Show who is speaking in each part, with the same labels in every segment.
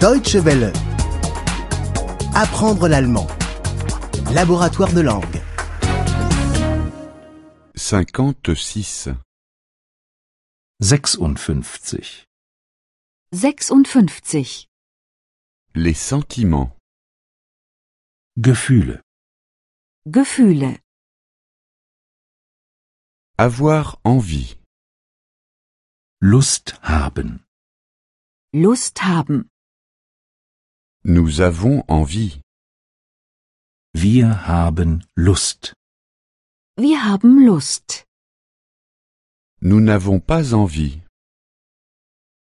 Speaker 1: Deutsche Welle. Apprendre l'allemand. Laboratoire de langue.
Speaker 2: 56.
Speaker 3: 56.
Speaker 4: 56.
Speaker 2: Les sentiments.
Speaker 3: Gefühle.
Speaker 4: Gefühle.
Speaker 2: Avoir envie.
Speaker 3: Lust haben.
Speaker 4: Lust haben.
Speaker 2: Nous avons envie.
Speaker 3: Wir haben Lust.
Speaker 4: Wir haben Lust.
Speaker 2: Nous n'avons pas envie.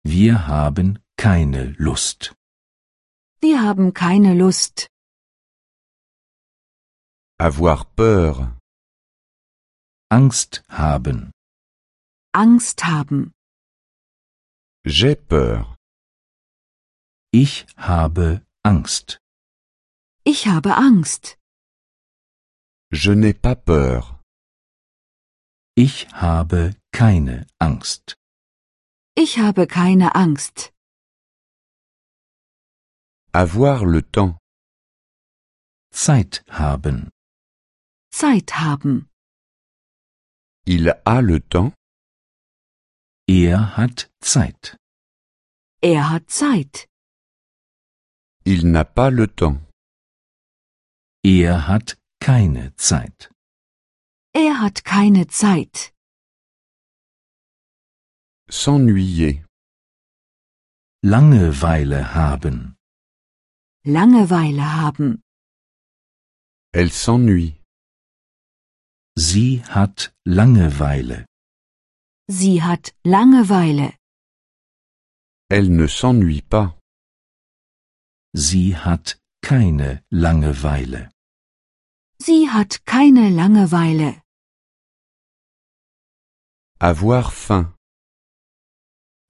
Speaker 3: Wir haben keine Lust.
Speaker 4: Wir haben keine Lust.
Speaker 2: Avoir peur.
Speaker 3: Angst haben.
Speaker 4: Angst haben.
Speaker 2: J'ai peur.
Speaker 3: Ich habe Angst.
Speaker 4: Ich habe Angst.
Speaker 2: Je n'ai pas peur.
Speaker 3: Ich habe keine Angst.
Speaker 4: Ich habe keine Angst.
Speaker 2: Avoir le temps.
Speaker 3: Zeit haben.
Speaker 4: Zeit haben.
Speaker 2: Il a le temps.
Speaker 3: Er hat Zeit.
Speaker 4: Er hat Zeit.
Speaker 2: Il n'a pas le temps.
Speaker 3: Er hat keine Zeit.
Speaker 4: Er hat keine Zeit.
Speaker 2: S'ennuyer.
Speaker 3: Langeweile haben.
Speaker 4: Langeweile haben.
Speaker 2: Elle s'ennuie.
Speaker 3: Sie hat Langeweile.
Speaker 4: Sie hat Langeweile.
Speaker 2: Elle ne s'ennuie pas.
Speaker 3: Sie hat keine Langeweile.
Speaker 4: Sie hat keine Langeweile.
Speaker 2: Avoir faim.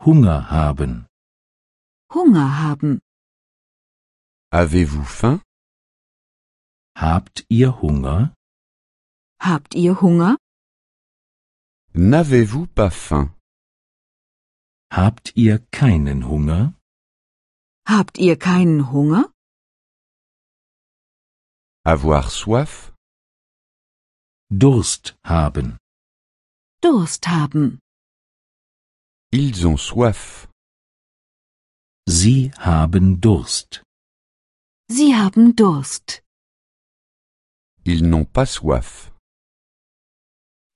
Speaker 3: Hunger haben.
Speaker 4: Hunger haben.
Speaker 2: Avez-vous faim
Speaker 3: Habt ihr Hunger?
Speaker 4: Habt ihr Hunger?
Speaker 2: N'avez-vous pas faim
Speaker 3: Habt ihr keinen Hunger?
Speaker 4: Habt ihr keinen Hunger?
Speaker 2: Avoir soif.
Speaker 3: Durst haben.
Speaker 4: Durst haben.
Speaker 2: Ils ont soif.
Speaker 3: Sie haben Durst.
Speaker 4: Sie haben Durst.
Speaker 2: Ils n'ont pas soif.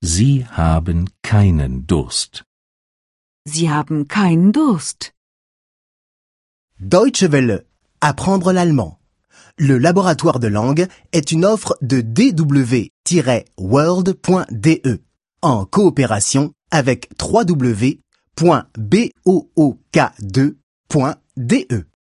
Speaker 3: Sie haben keinen Durst.
Speaker 4: Sie haben keinen Durst.
Speaker 1: Deutsche Welle. Apprendre l'allemand. Le laboratoire de langue est une offre de dw-world.de E en coopération avec www.book2.de.